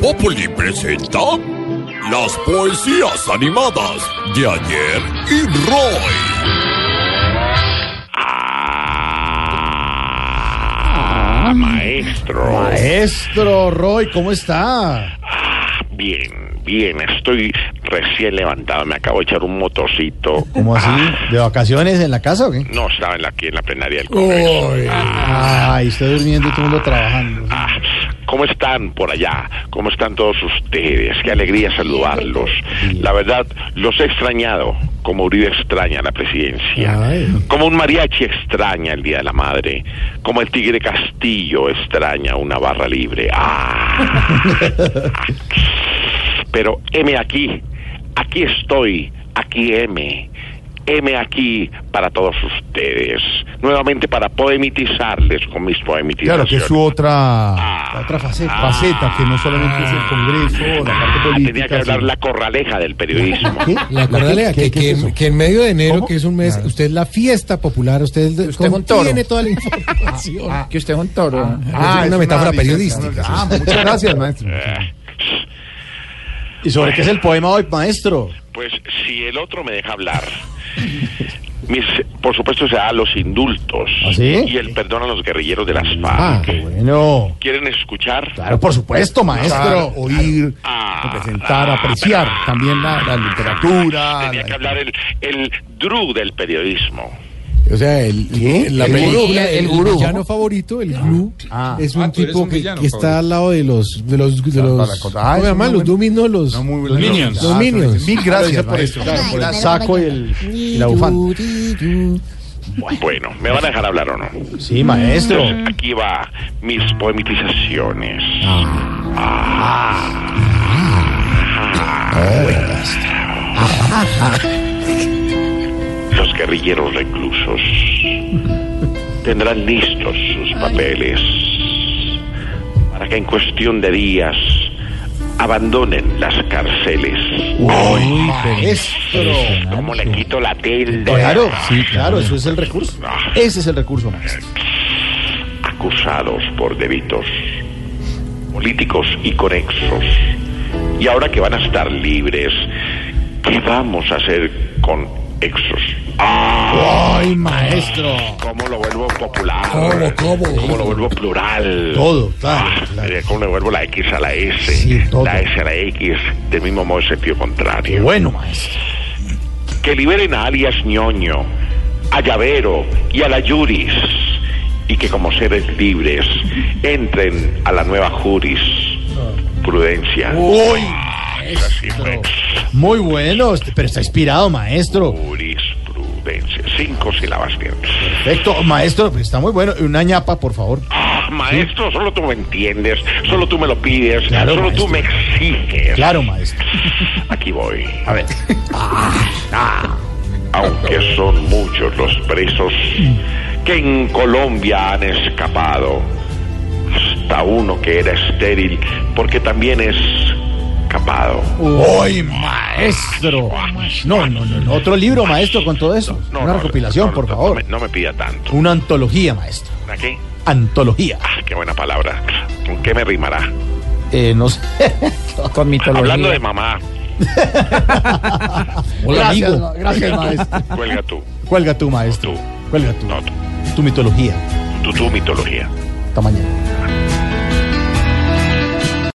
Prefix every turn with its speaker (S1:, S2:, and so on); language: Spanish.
S1: Populi presenta las poesías animadas de ayer y Roy.
S2: Ah, maestro.
S3: Maestro Roy, ¿cómo está?
S2: Ah, bien, bien, estoy recién levantado, me acabo de echar un motorcito.
S3: ¿Cómo así? ¿De vacaciones en la casa o qué?
S2: No, estaba en la, aquí en la plenaria del
S3: Eh.
S2: Congreso.
S3: Uy. Ay, estoy durmiendo y todo el mundo trabajando.
S2: Ah, ¿Cómo están por allá? ¿Cómo están todos ustedes? Qué alegría saludarlos. La verdad, los he extrañado, como Uribe extraña la presidencia,
S3: Ay.
S2: como un mariachi extraña el Día de la Madre, como el Tigre Castillo extraña una barra libre. ¡Ah! Pero M aquí, aquí estoy, aquí M. M aquí para todos ustedes, nuevamente para poemitizarles con mis poemitizaciones.
S4: Claro, que es su otra
S3: La otra faceta.
S4: faceta, que no solamente es el Congreso, la parte
S2: Ah,
S4: política.
S2: tenía que hablar
S4: sino-
S2: la corraleja del periodismo.
S3: ¿Qué?
S5: La corralea,
S3: ¿Qué- qué-
S5: que, que-
S3: qué es eso?
S5: que en medio de enero,
S3: ¿Cómo?
S5: que es un mes,
S4: Claro.
S5: usted es la fiesta popular, usted, es-
S4: Usted es un toro.
S5: contiene toda la información. Ah,
S6: Que usted es un
S3: Ah,
S6: toro.
S5: es una
S4: es
S5: metáfora
S4: licencia,
S5: periodística,
S4: Ah, muchas gracias, maestro.
S3: Eh. ¿Y sobre qué es el poema hoy, maestro?
S2: Pues si el otro me deja hablar. Mis, por supuesto, se da a los indultos
S3: ¿Ah, sí?
S2: y el perdón a los guerrilleros de las FARC.
S3: Ah, qué bueno.
S2: ¿Quieren escuchar?
S3: Claro, por supuesto,
S4: Escuchar,
S3: maestro.
S4: oír,
S2: Ah,
S4: representar,
S2: ah,
S4: apreciar
S2: pero-
S4: también la, la literatura.
S2: Tenía
S4: la-
S2: que hablar el, el Drew del periodismo.
S5: O sea, el, el- la
S6: El
S5: película,
S6: gurú,
S5: el,
S6: el gurú.
S5: villano favorito, el gurú,
S4: Ah.
S5: es un
S6: Ah, tú eres
S5: tipo
S6: un
S5: que,
S6: villano
S5: que está
S6: favorito.
S5: al lado de los... De los, de
S4: Ah,
S5: los
S4: para
S5: ¿Cómo
S4: contar. Ah, es
S5: se llama?
S4: una
S5: Los
S4: buena-
S5: Dominos, los...
S4: No, muy buena-
S6: Minions.
S4: Ah,
S5: Minions.
S4: sí, Mil
S3: Lo dice
S4: gracias,
S3: por eso,
S4: maestro.
S3: claro, por el saco y, el, y la bufanda.
S5: bufanda.
S2: Bueno, ¿me van a dejar hablar o no?
S3: Sí, maestro.
S2: Entonces, aquí va mis poemitizaciones.
S3: Ah. Ah.
S2: Los guerrilleros reclusos tendrán listos sus papeles para que en cuestión de días abandonen las cárceles.
S3: Uy, maestro.
S2: Como le quito la tilde?
S3: Claro, sí, claro, eso es el recurso. Ese es el recurso, maestro.
S2: acusados por delitos políticos y conexos. Y ahora que van a estar libres, ¿qué vamos a hacer con exos? ¡Ah!
S3: Ay, maestro.
S2: ¿Cómo lo vuelvo popular?
S5: ¿Cómo, cómo?
S2: lo vuelvo plural?
S3: Todo, claro,
S2: Ah,
S3: claro.
S2: ¿Cómo le vuelvo la X a la S?
S3: Sí, todo.
S2: la S a la X, del mismo modo en sentido contrario.
S3: Qué bueno, maestro.
S2: Que liberen a alias ñoño, a Llavero y a la Yuris. Y que como seres libres entren a la nueva Juris. Prudencia.
S3: Uy,
S2: Esa sí fue.
S3: Muy bueno, este- pero está inspirado, maestro.
S2: Jurisprudencia. Cinco sílabas bien.
S3: Perfecto, maestro, pues está muy bueno. Una ñapa, por favor.
S2: Ah, maestro, solo tú me entiendes. Solo tú me lo pides.
S3: Claro,
S2: solo tú
S3: maestro.
S2: me exiges.
S3: Claro, maestro.
S2: Aquí voy.
S3: A ver.
S2: aunque son muchos los presos que en Colombia han escapado. Hasta uno que era estéril, porque también es escapado.
S3: Uy, maestro. No, no, no, no. Otro libro, maestro, con todo eso.
S2: No,
S3: Una
S2: no,
S3: recopilación,
S2: no,
S3: por
S2: no, No me,
S3: favor.
S2: no me pida tanto.
S3: Una antología, maestro.
S2: ¿A qué?
S3: Antología.
S2: Ah, qué buena palabra. ¿Con qué me rimará?
S3: Eh, no sé.
S6: Con mitología.
S2: Hablando de mamá,
S3: gracias, ma- gracias, maestro.
S2: cuelga tú.
S3: Cuelga tú, maestro.
S2: Tú.
S3: Cuelga tú.
S2: No, tú,
S3: Tu mitología.
S2: tú, tú mitología.
S3: Hasta mañana.